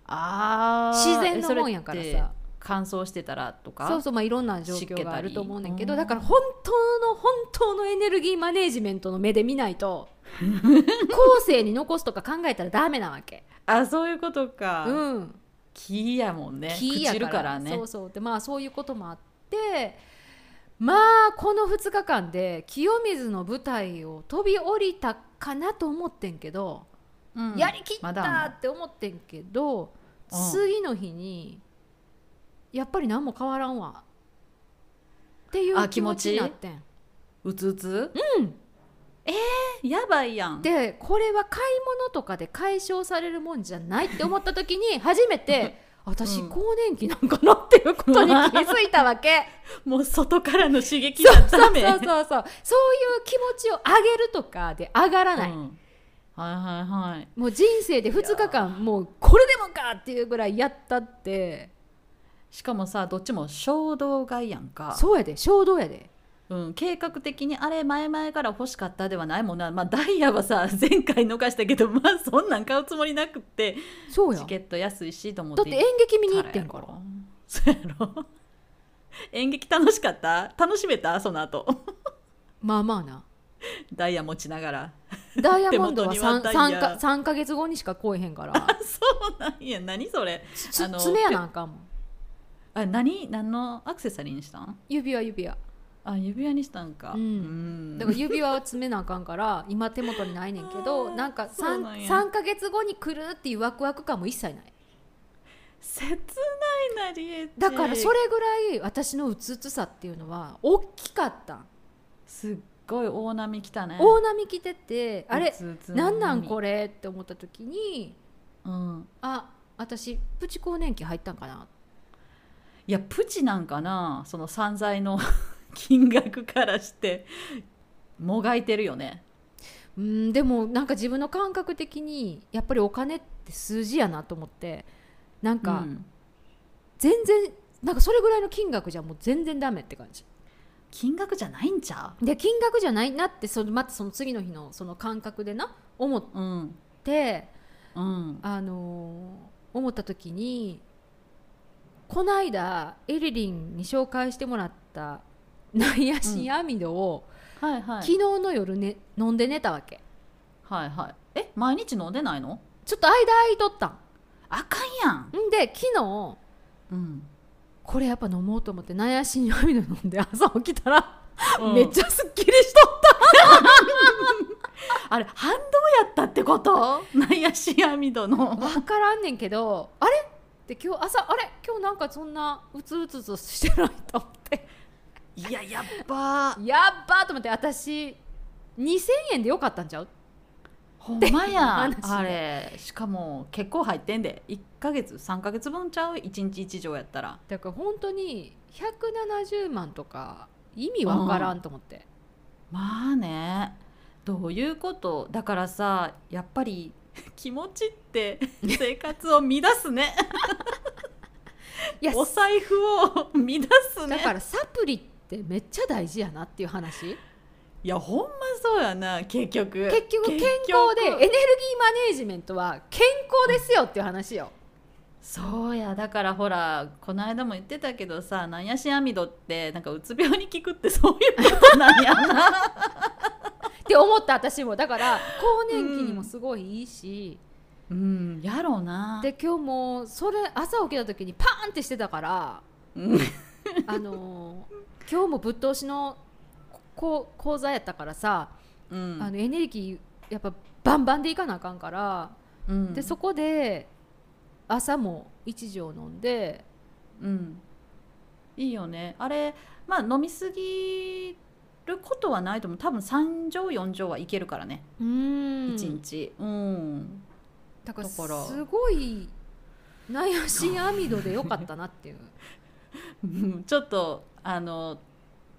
S2: あー
S1: 自然のもんやから
S2: えそれっ
S1: さ
S2: て乾燥してたらとか
S1: そうそうまあいろんな状況があると思うねんけど
S2: 湿気た
S1: だから
S2: り
S1: 本当の本当のエネルギーマネージメントの目で見ない
S2: *laughs*
S1: と後世に残すとか考えたらダメなわけ
S2: あそういうことか、
S1: うん
S2: 木やもんね
S1: 木や
S2: 朽ちるからね
S1: そうそうでまあそういうこともあってまあこの2日間で清水の舞台を飛び降りたかなと思ってんけど
S2: うん
S1: やりきった
S2: まだあ
S1: ー
S2: んの
S1: って思ってんけど、
S2: うん
S1: 次の日にやっぱり何も変わらんわっていう
S2: あ
S1: 気
S2: 気
S1: 持
S2: 持
S1: ち
S2: ち
S1: になってん
S2: うつうつうんえー、やばいやん
S1: でこれは買い物とかで解消されるもんじゃないって思った時に初め
S2: *laughs*
S1: て私
S2: うん
S1: 更年期なんかなっていうことに気づいたわけ
S2: もう外からの刺激が
S1: そうそ
S2: ダ
S1: う
S2: メ
S1: そうそうそういう気持ちを上げるとかで上がらない、
S2: うんはいはいはい
S1: もう人生で2日間もうこれでもかっていうぐらいやったって
S2: しかもさどっちも衝動買いやんか
S1: そうやで衝動やで
S2: うん、計画的にあれ前々から欲しかったではないもんな、まあ、ダイヤはさ前回逃したけどまあそんなん買うつもりなくって
S1: そうや
S2: チケット安いしと思っ
S1: だ
S2: て
S1: って演劇見に行ってんから
S2: *laughs* そうやろ演劇楽しかった楽しめたその後 *laughs*
S1: まあまあな
S2: ダイヤ持ちながら *laughs*
S1: ダイヤモンドは
S2: 手元
S1: 3,
S2: にはダイヤ
S1: か三ヶ月後にしか来えへんから
S2: そうなんや何 *laughs* それ
S1: つ
S2: あの
S1: 爪やなあかんもん
S2: あ何何のアクセサリーにしたん
S1: 指輪指輪
S2: あ指輪にしたんか
S1: うん
S2: ん
S1: だから指輪を爪なあかんから今手元にないねんけどなんか
S2: そうなん
S1: 3,
S2: や
S1: 三ヶ月後に来るっていうワクワク感も一切ない
S2: 切ないなりえち
S1: だからそれぐらい私のうつうつさっていうのは大きかった、
S2: すっごい大波来たね
S1: 大波来ててあれな
S2: なん
S1: なんこ
S2: れ、
S1: れって思った時に
S2: うん、
S1: あ私プチ更年期入ったんかない
S2: やプチなんかなその散財の *laughs* 金額からしてもがいてるよね
S1: うんでもなんか自分の感覚的にやっぱりお金って数字やなと思ってなん
S2: う
S1: か
S2: ん
S1: 全然、なんかそれぐらいの金額じゃもう全然ダメって感じ
S2: 金額じゃないんちゃ
S1: で金額じゃないなってそのまたその次の日のその感覚でな思っ
S2: ううん
S1: て、
S2: うん
S1: あのー思った時にこないだエリリンに紹介してもらったナイアシンアミドを、
S2: はいは
S1: 昨
S2: い
S1: 日の夜、ね、飲んで寝たわけ
S2: はいはいえ毎日飲んでないの
S1: ちょっと間空いとった
S2: あかんやん
S1: んんで昨日
S2: うん
S1: これやっぱ飲もうと思ってナヤシンアミド飲んで朝起きたら、
S2: うん
S1: めっちゃすっきりしとっ
S2: あれ反動やったってことナヤシアミドの
S1: た分からんねんけどあれって今日朝あれ今日なんかそんなうつうつとしてないと思って
S2: いややっぱ
S1: やっばーと思って私2000円でよかったんちゃう
S2: ほんまや
S1: っていう話
S2: あれしかも結構入ってんで1ヶ月3ヶ月分ちゃう1日1錠やったら
S1: だから本当に170万とか意味わからんと思って、
S2: まあねどういうことだからさやっぱり気持ちって生活を乱すね
S1: いや
S2: お財布を乱すね
S1: だからサプリってめっちゃ大事やなっていう話
S2: いやほんまそうやな結局
S1: 結局健康でエネルギーマネージメントは健康ですよっていう話よ
S2: そうやだからほらこの間も言ってたけどさなんやしアミドってなんかうつ病に効くってそういうことなんや
S1: *laughs*
S2: な
S1: って思った私もだから更年期にもすごいいいし、
S2: うんやろうな
S1: で今日もそれ朝起きた時にパーンってしてた
S2: *laughs*
S1: から
S2: うん
S1: あのー今日もぶっ通しのこ講座やったからさ、
S2: うん
S1: あのエネルギーやっぱバンバンでいかなあかんから、
S2: うん
S1: でそこで朝も1錠飲んで
S2: うん、いいよねあれまあ飲みすぎることはないと思う多分3錠4錠はいけるからね、
S1: うん
S2: 一1日うん *laughs*
S1: だから
S2: だから
S1: すごいナヤシンアミドでよかったなっていう
S2: うんちょっとあの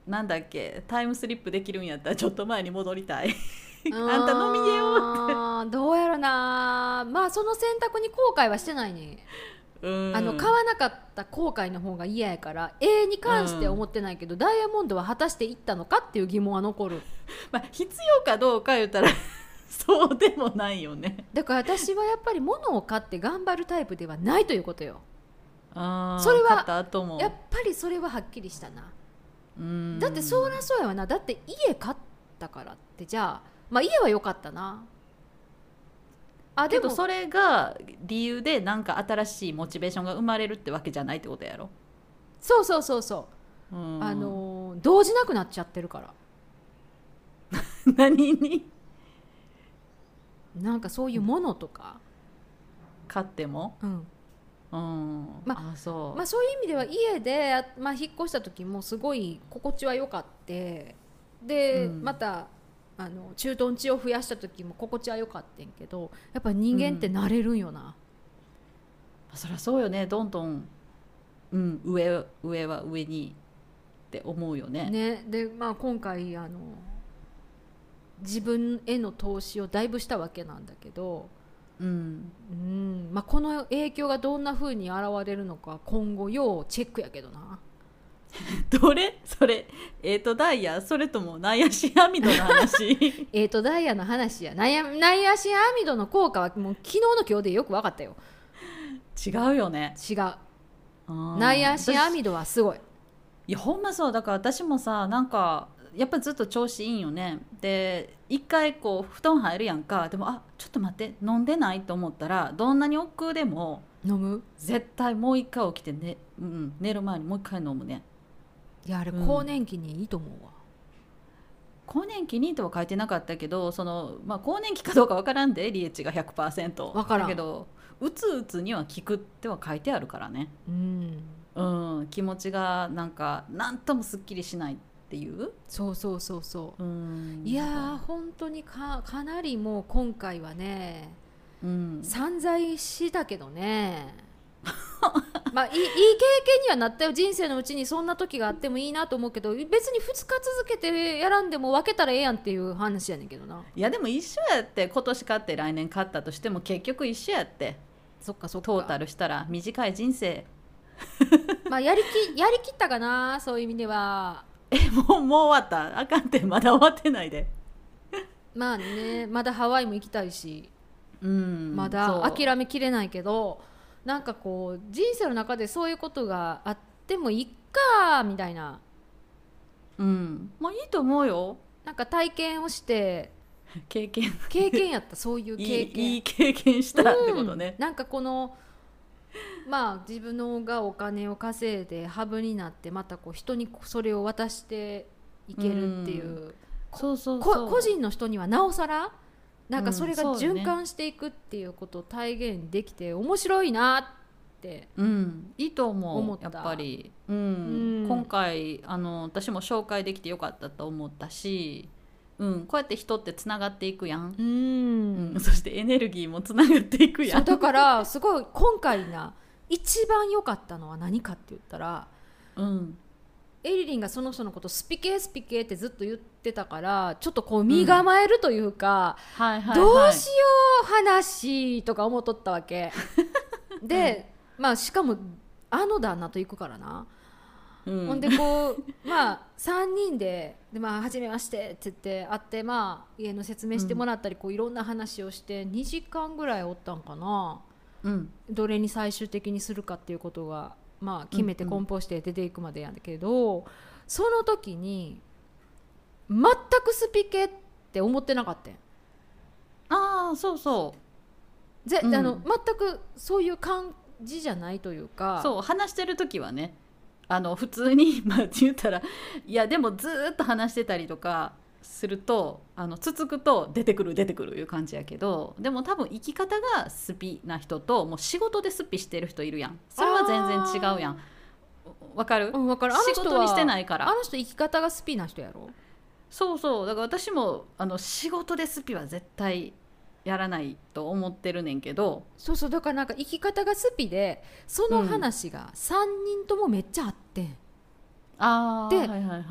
S2: なんだっけタイムスリップできるんやったらちょっと前に戻りたい *laughs* あんた飲みげよ
S1: よってどうやろなまあその選択に後悔はしてないね、
S2: うん
S1: あの買わなかった後悔の方が嫌やから永遠に関しては思ってないけど、ダイヤモンドは果たしていったのかっていう疑問は残る
S2: まあ、必要かどうか言ったら *laughs* そうでもないよね
S1: だから私はやっぱり物を買って頑張るタイプではないということよ
S2: あー
S1: それは
S2: 買った後も
S1: やっぱりそれははっきりしたな
S2: うん
S1: だってそらそうやわなだって家買ったからってじゃあまあ家は良かったなあ
S2: け
S1: で
S2: ど
S1: も
S2: それが理由でなんか新しいモチベーションが生まれるってわけじゃないってことやろ、
S1: そうそうそうそうう、
S2: ん
S1: あのー動じなくなっちゃってるから
S2: *laughs* 何に
S1: なんかそういうものとか、
S2: 買っても、
S1: うん
S2: うん、
S1: ま
S2: あそう、
S1: まあ、そういう意味では家で、あまあ、引っ越した時もすごい心地は良かってで、
S2: うん
S1: またあの駐屯地を増やした時も心地は良かってんけどやっぱ人間って慣れるんよな、
S2: そりゃそうよねどんどん、うん、上上は上にって思うよね
S1: ねでまあ今回あの自分への投資をだいぶしたわけなんだけど、
S2: うん、 *laughs*
S1: うんまあ、この影響がどんな風に現れるのか今後要チェックやけどな
S2: どれそれえー、とダイヤそれともナイアシアミドの話
S1: えー、とダイヤの話やナイアナイアシンアミドの効果はもう昨日の今日でよく分かったよ
S2: 違うよね、
S1: 違う
S2: うん
S1: ナイアシンア
S2: 私
S1: ミドはすごい
S2: いやほんまそうだから私もさなんかやっぱずっと調子いいんよねで一回こう布団入るやんかでもあちょっと待って飲んでないと思ったらどんなに億劫でも
S1: 飲む
S2: 絶対もう一回起きて、ねうん、寝る前にもう一回飲むね
S1: いやあれ
S2: うん
S1: 更年期にいいと思うわ、
S2: 更年期にとは書いてなかったけどその、まあ、更年期かどうかわからんでリエチが100%
S1: わからん
S2: だけどうつうつには効くっては書いてあるからね、
S1: うん、
S2: うん、気持ちがなんか何ともすっきりしないっていう、
S1: そうそうそうそう
S2: うん、
S1: いやー本当にかかなりもう今回はね
S2: うん、
S1: 散財したけど *laughs* ねまあいいいい経験にはなったよ人生のうちにそんな時があってもいいなと思うけど別に2日続けてやらんでも分けたらええやんっていう話やねんけどない
S2: やでも一緒やって今年買って来年買ったとしても結局一緒やって
S1: そっかそっか
S2: トータルしたら短い人生 *laughs*
S1: まあやりき *laughs* やりきったかなそういう意味では
S2: えもうもう終わったあかんってまだ終わってないで
S1: まあねまだハワイも行きたいし
S2: うん
S1: ま
S2: そう
S1: だ諦めきれないけどなんかこう人生の中でそういうことがあってもいっかみたいな
S2: うんもういいと思うよ
S1: なんか体験をして
S2: 経験
S1: 経験やったそういう
S2: い
S1: 経
S2: い
S1: 験
S2: いい経験したってことね
S1: うん、なんかこのまあ自分のがお金を稼いでハブになってまたこう人にそれを渡していけるっていう、
S2: そうそう
S1: こ
S2: そう
S1: 個人の人にはなおさらなんかそれが
S2: うんそうね
S1: 循環していくっていうことを体現できて面白いなって、
S2: うん、いいと思う
S1: 思った
S2: やっぱり、うん
S1: うん
S2: 今回あの私も紹介できてよかったと思ったし、うん、こうやって人ってつながっていくやん、うんそしてエネルギーもつながっていくや
S1: そうんだからすごい今回な一番良かったのは何かって言ったら
S2: うん
S1: エリリンがその人のことスピケスピケってずっと言ってたからちょっとこう身構えるというか、
S2: はいはいはい、
S1: どうしよう話とか思っとったわけで、まあしかもあの旦那と行くからな、
S2: う、
S1: ほんでこうまあ3人で「でまあ初めまして」って言って会ってまあ家の説明してもらったり、こういろんな話をして2時間ぐらいおったんかな。
S2: うん
S1: どれに最終的にするかっていうことが、まあ、決めて
S2: うんうん
S1: 梱包して出ていくまでやんだけど、その時に全くスピケって思ってなかったん
S2: ああそうそう
S1: ぜ、
S2: うん
S1: あの全くそういう感じじゃないというか
S2: そう話してる時はねあの普通にまあ言ったらいやでもずーっと話してたりとかするとあのつつくと出てくる出てくるいう感じやけどでも多分生き方がスピな人ともう仕事でスピしてる人いるやんそれは全然違うやんわかる、
S1: うん、分かるあの人
S2: 仕
S1: は
S2: 事にしてないか
S1: あ
S2: ら
S1: の人生き方がスピな人やろ
S2: そうそうだから私もあの仕事でスピは絶対やらないと思ってるねんけど
S1: そうそうだからなんか生き方がスピでその話が3人ともめっちゃあってん、
S2: あ
S1: ー
S2: はいはいはい、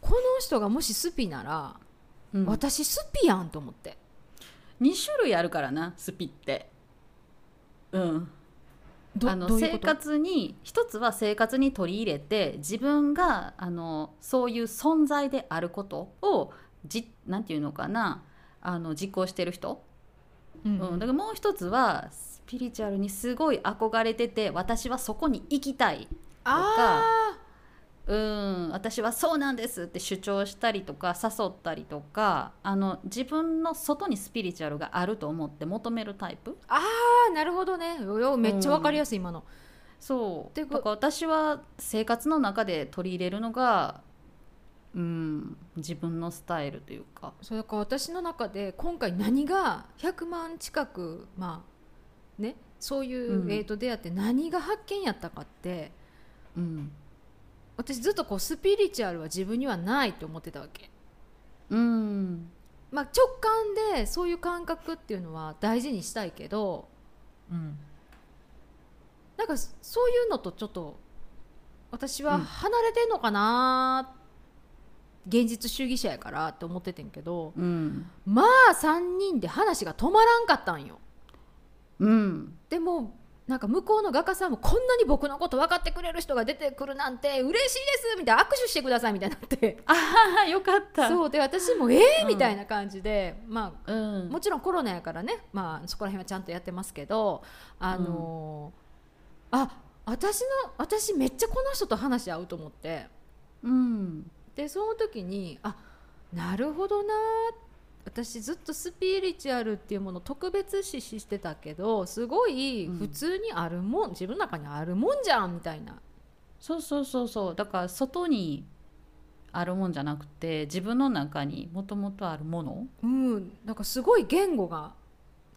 S1: この人がもしスピなら、
S2: うん
S1: 私スピやんと思って
S2: 2種類あるからなスピってうん
S1: ど
S2: あの
S1: どういう
S2: 生
S1: こと
S2: 活に一つは生活に取り入れて自分があのそういう存在であることをじなんていうのかなあの実行してる人、
S1: うん
S2: うん、だからもう一つはスピリチュアルにすごい憧れてて私はそこに行きたい
S1: あ
S2: うん私はそうなんですって主張したりとか誘ったりとかあの自分の外にスピリチュアルがあると思って求めるタイプ
S1: ーあーなるほどねよよめっちゃわかりやすい今の、
S2: そう
S1: て
S2: だ
S1: こ
S2: から私は生活の中で取り入れるのがうん自分のスタイルというか
S1: それから私の中で今回何が100万近くまあねそういう、
S2: うん
S1: えーと出会って何が発見やったかって
S2: うん、
S1: 私ずっとこうスピリチュアルは自分にはないと思ってたわけ、
S2: うん
S1: まあ、直感でそういう感覚っていうのは大事にしたいけど
S2: うん、
S1: なんかそそういうのとちょっと私は
S2: うん
S1: 離れてんのかなー、現実主義者やからって思っててんけど、
S2: うん
S1: まあ3人で話が止まらんかったんよ
S2: うん、
S1: でもなんか向こうの画家さんもこんなに僕のこと分かってくれる人が出てくるなんて嬉しいですみたいな握手してくださいみたいになって
S2: ああよかったう、
S1: そうで私もええ
S2: うん
S1: みたいな感じで、まあ
S2: ん、
S1: もちろんコロナやからね、まあ、そこら辺はちゃんとやってますけどあのーあ私の私めっちゃこの人と話合うと思って
S2: うん
S1: でその時にあなるほどな私ずっとスピリチュアルっていうものを特別視してたけどすごい
S2: うん
S1: 普通にあるもん、自分の中にあるもんじゃんみたいな
S2: そうそうそうそうだから外にあるもんじゃなくて自分の中にもともとあるもの
S1: うんなんかすごい言語が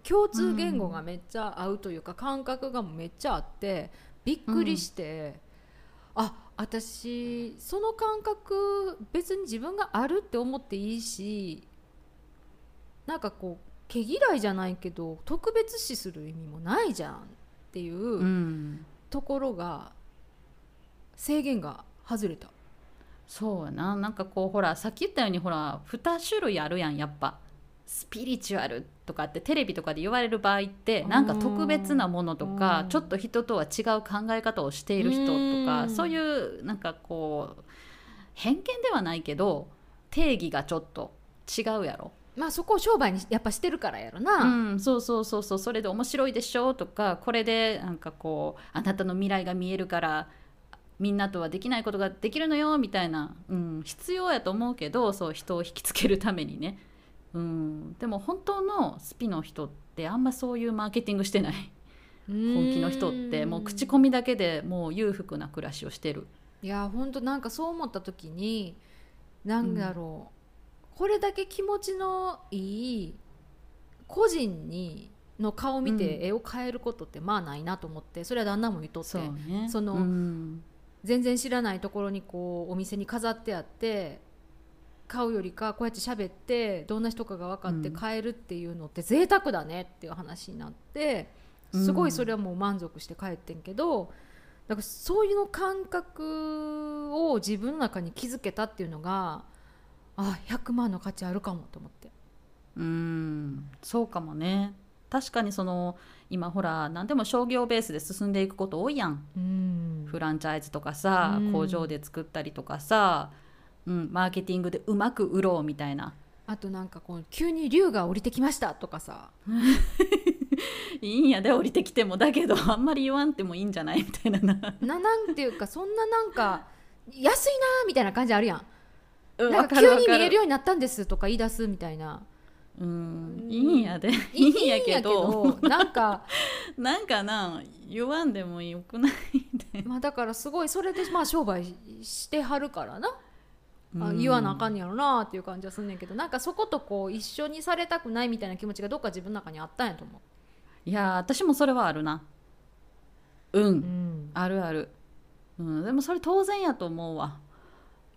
S1: 共通言語がめっちゃ合うというか、感覚がめっちゃあってびっくりして、あ私その感覚別に自分があるって思っていいしなんかこう毛嫌いじゃないけど特別視する意味もないじゃんっていううんところが制限が外れた。
S2: そうやななんかこうほらさっき言ったようにほら2種類あるやんやっぱスピリチュアルとかってテレビとかで言われる場合って
S1: うん
S2: なんか特別なものと
S1: う
S2: か
S1: ん
S2: ちょっと人とは違う考え方をしている人と
S1: う
S2: か
S1: ん
S2: そういうなんかこう偏見ではないけど定義がちょっと違うやろ。
S1: まあそこを商売にやっぱしてるからやろな。
S2: うん、そうそうそうそうそれで面白いでしょとかこれでなんかこうあなたの未来が見えるからみんなとはできないことができるのよみたいな、うん、必要やと思うけどそう人を引きつけるためにね、うん、でも本当のスピの人ってあんまそういうマーケティングしてない。本気の人ってもう口コミだけでもう裕福な暮らしをしてる
S1: いや本当なんかそう思った時になんだろう、これだけ気持ちのいい個人にの顔を見
S2: う
S1: て絵を変えることってまあないなと思ってそれは旦那も見とって
S2: ね
S1: その
S2: うん
S1: 全然知らないところにこうお店に飾ってあって買うよりかこうやって喋ってどんな人かが分かって
S2: うん
S1: 買えるっていうのって贅沢だねっていう話になって
S2: うん
S1: すごいそれはもう満足して帰ってんけどだからそういうの感覚を自分の中に気づけたっていうのがあ100万の価値あるかもと思って。
S2: うんそうかもね確かにその今ほら何でも商業ベースで進んでいくこと多いやん
S1: うん
S2: フランチャイズとかさ、
S1: うん
S2: 工場で作ったりとかさ、うん、マーケティングでうまく売ろうみたいな *laughs*
S1: あとなんかこう急に竜が降りてきましたとかさ
S2: いいんやで降りてきてもだけど *laughs* あんまり言わんてもいいんじゃないみ *laughs* たいなな
S1: ななんていうかそんななんか安いなーみたいな感じあるやん
S2: うん
S1: な
S2: わ
S1: んか
S2: かる
S1: 急
S2: わ
S1: に
S2: か
S1: 見える
S2: る
S1: ようになったんですとか言い出すみたいな
S2: うんいいんやで *laughs* い *laughs* いんやけど
S1: いいんやけどなんか、
S2: なんかな言わんでもよくないみ
S1: まあ、だからすごいそれでまあ商売してはるからな、
S2: たい
S1: あ言わなあか
S2: ん
S1: んやろなっていう感じはすんねんけどなんかそことこう一緒にされたくないみたいな気持ちがどっか自分の中にあったんやと思
S2: いやー私もそれはあるなうん、
S1: ううん、
S2: あるある、うん、でもそれ当然やと思うわ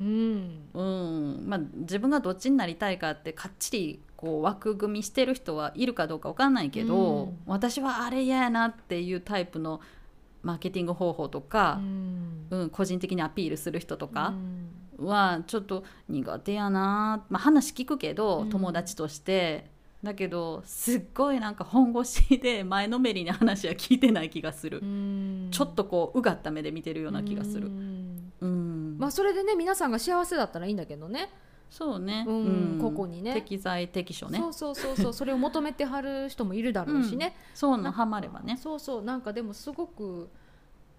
S1: うん、
S2: うんまあ、自分がどっちになりたいかってかっちりこう枠組みしてる人はいるかどうかわかんないけど、
S1: うん
S2: 私はあれ嫌やなっていうタイプのマーケティング方法とか、うん個人的にアピールする人と
S1: う
S2: か
S1: ん
S2: はちょっと苦手やな、まあ、話聞くけど
S1: うん
S2: 友達として、だけどすっごいなんか本腰で前のめりに話は聞いてない気がする、
S1: うん
S2: ちょっとこううがった目で見てるような気がする
S1: う。ん
S2: うん
S1: まあそれでね皆さんが幸せだったらいいんだけどね
S2: そうね、
S1: うん個々にね
S2: 適材適所ね
S1: そうそうそうそうそれを求めてはる人もいるだろうしね、
S2: そうなハマればね。
S1: そうそうなんかでもすごく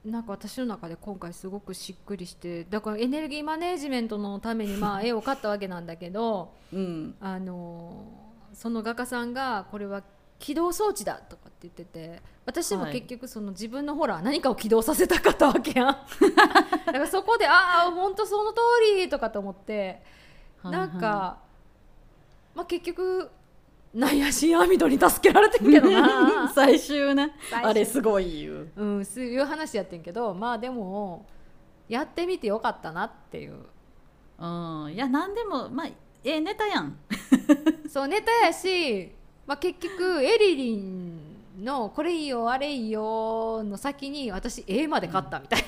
S1: なんか私の中で今回すごくしっくりしてだからエネルギーマネージメントのため
S2: *laughs*
S1: にまあ絵を買ったわけなんだけど
S2: うん。
S1: あのーその画家さんがこれは起動装置だとかって言ってて私も
S2: はい
S1: 結局その自分のほら何かを起動させたかったわけ
S2: *laughs*
S1: やんだからそこでああ本当その通りとかと思ってなんか、まあ結局なんや新網戸に助けられてんけど
S2: *laughs*
S1: な
S2: *laughs* 最終ね
S1: 最終
S2: あれすごい言う。
S1: うん、そういう話やってんけどまあでもやってみてよかったなっていう
S2: うん。いや何でもまあええネタやん。
S1: そうネタやし、まあ、結局エリリンの「これいいよあれいいよ」の先に私 A まで勝ったみたい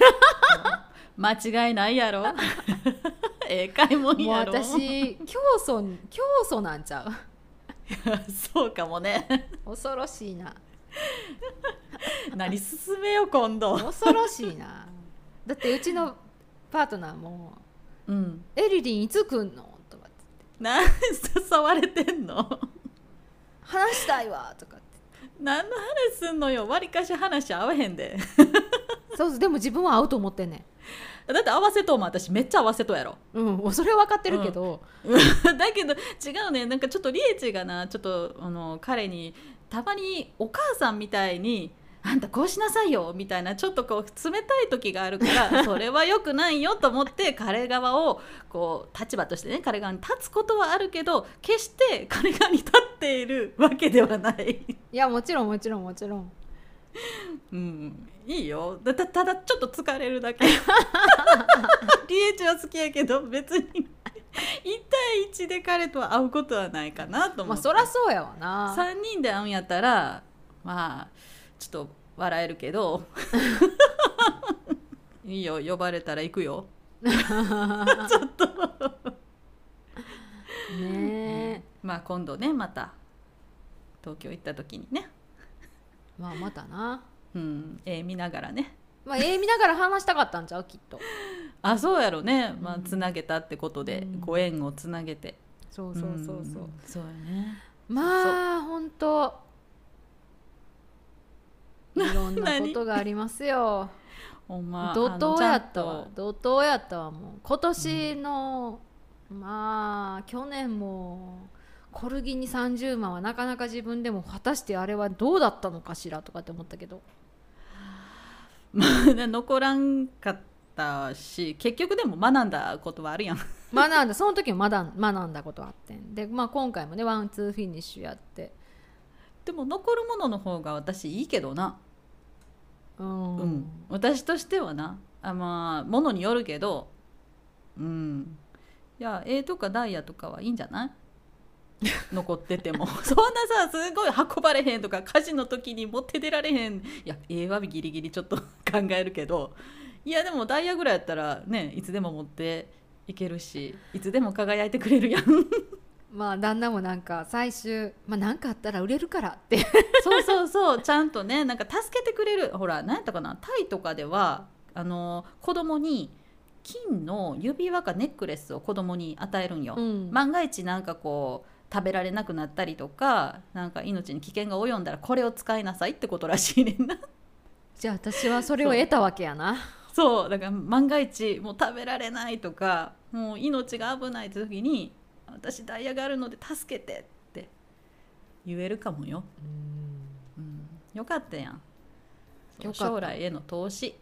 S2: *laughs* 間違いないやろ。 *laughs* ええ買い物
S1: な、もう
S2: やろ。
S1: 私競争競争なんちゃう
S2: *laughs* そうかもね。
S1: 恐ろしいな
S2: *laughs* 何進めよ今度。
S1: 恐ろしいなだってうちのパートナーも
S2: うん。
S1: 「エリリンいつ来んの?」とかって
S2: な誘われてんの。 *laughs*
S1: 「話したいわ」とかって
S2: 何の話すんのよ。わりかし話合わへんで。
S1: そうそうでも自分は合うと思ってんねん
S2: だって合わせとうも私めっちゃ合わせとうやろ。
S1: うんそれは分かってるけど、
S2: うん *laughs* だけど違うねなんかちょっとリエチがなちょっとあの彼にたまにお母さんみたいに「あんたこうしなさいよ」みたいなちょっとこう冷たい時があるから *laughs* それは良くないよと思って彼側をこう立場としてね彼側に立つことはあるけど決して彼側に立っているわけではない。
S1: いやもちろんもちろんもちろん
S2: うん、いいよだたただちょっと疲れる
S1: *laughs*
S2: だけリエチは好きやけど別に1対1で彼とは会うことはないかなと思
S1: ま
S2: っ
S1: あ
S2: て、
S1: そらそうやわな
S2: 3人で会うんやったらまあちょっと笑える
S1: *laughs*
S2: けどいいよ呼ばれたら行くよ
S1: ねえ、
S2: まあ今度ねまた東京行った時にね、
S1: まあまたな
S2: うん、絵見ながらね
S1: まあ絵見ながら話したかったんちゃうきっと
S2: あそうやろね、ま
S1: う
S2: あ、
S1: ん
S2: つなげたってことで、
S1: うん
S2: ご縁をつなげて
S1: そうそうそうそう、
S2: んそうやね
S1: まあ本当いろんな
S2: 何
S1: ことがあります *laughs* よ
S2: ほんま
S1: 怒涛やった
S2: あの
S1: わ
S2: ちゃんと
S1: 怒涛やったわもう今年の、まあ去年もコルギに30万はなかなか自分でも果たしてあれはどうだったのかしらとかって思ったけど
S2: まあね *laughs* 残らんかったし結局でも学んだことはあるやん
S1: 学んだその時もまだ学んだことあってんで、まあ、今回もねワンツーフィニッシュやって
S2: でも残るものの方が私いいけどな、
S1: うん、
S2: うん、私としてはなあまあものによるけどうんいや A とかダイヤとかはいいんじ
S1: *laughs*
S2: ゃない残っててもそんなさすごい運ばれへんとか火事の時に持って出られへんいや A はギリギリちょっと *laughs* 考えるけどいやでもダイヤぐらいやったらねいつでも持っていけるしいつでも輝いてくれるやん
S1: まあ旦那もなんか最終「まあ、なんかあったら売れるから」って
S2: そうそうそうちゃんとねなんか助けてくれるほら何やったかなタイとかではあの子供に金の指輪かネックレスを子供に与えるんよ、
S1: ん
S2: 万が一なんかこう食べられなくなったりとかなんか命に危険が及んだらこれを使いなさいってことらしいねんな
S1: じゃあ私はそれを得たわけやな
S2: そうだから万が一もう食べられないとかもう命が危ないって時に私ダイヤがあるので助けてって言えるかもよ、うん、よかったやん
S1: よかった
S2: 将来への投資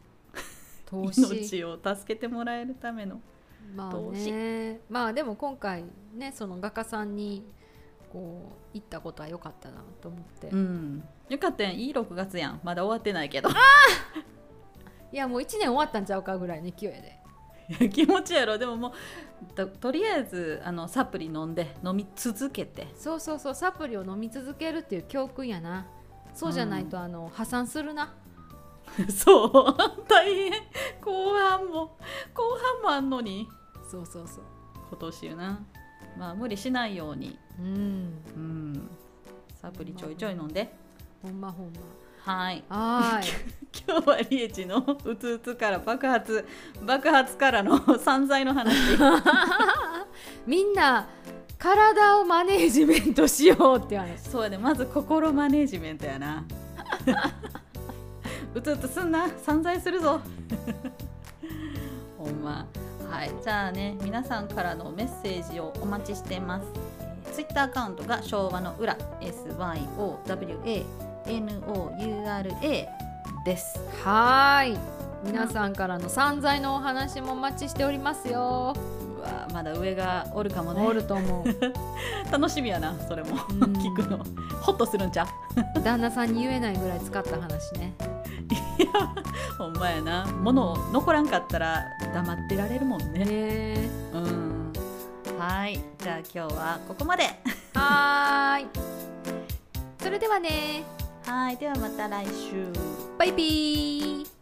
S1: 投資
S2: 命を助けてもらえるための
S1: まあ
S2: 投
S1: ねまあでも今回ねその画家さんにこう行ったことは良かったなと思って、い
S2: うんよかったやんいい6月やんまだ終わってないけど *laughs*
S1: やもう1年終わったんちゃうかぐらいの勢いやで
S2: いや気持ちやろでももうととりあえずあのサプリ飲んで飲み続けて
S1: そうそうそうサプリを飲み続けるっていう教訓やなそうじゃないと、あの破産するな
S2: そう *laughs* 大変後半も後半もあんのに
S1: そうそうそう
S2: 今年やなまあ無理しないように
S1: うん
S2: うんサプリちょいちょい飲んで
S1: ほんまほん
S2: はい
S1: まはーい
S2: 今日はリエチのうつうつから爆発爆発からの散財の話
S1: みんな体をマネージメントしようって話
S2: そうやねまず心マネジメントやな *laughs* うつうつすんな散財するぞ *laughs* ほんまはいじゃあね皆さんからのメッセージをお待ちしてますツイッター Twitter アカウントが昭和の裏 SYOWANOURA です
S1: はーい皆さんからの散財のお話もお待ちしておりますよ
S2: うわまだ上がおるかもね
S1: おると思う
S2: 楽しみやなそれも
S1: うん *laughs*
S2: 聞くのホッとするんちゃう
S1: 旦那さんに言えないぐらい使った話ね
S2: ほんまやな物を残らんかったら黙ってられるもんね
S1: ね
S2: うんはいじゃあ今日はここまで
S1: ーはーいそれではね
S2: はいではまた来週
S1: バイビー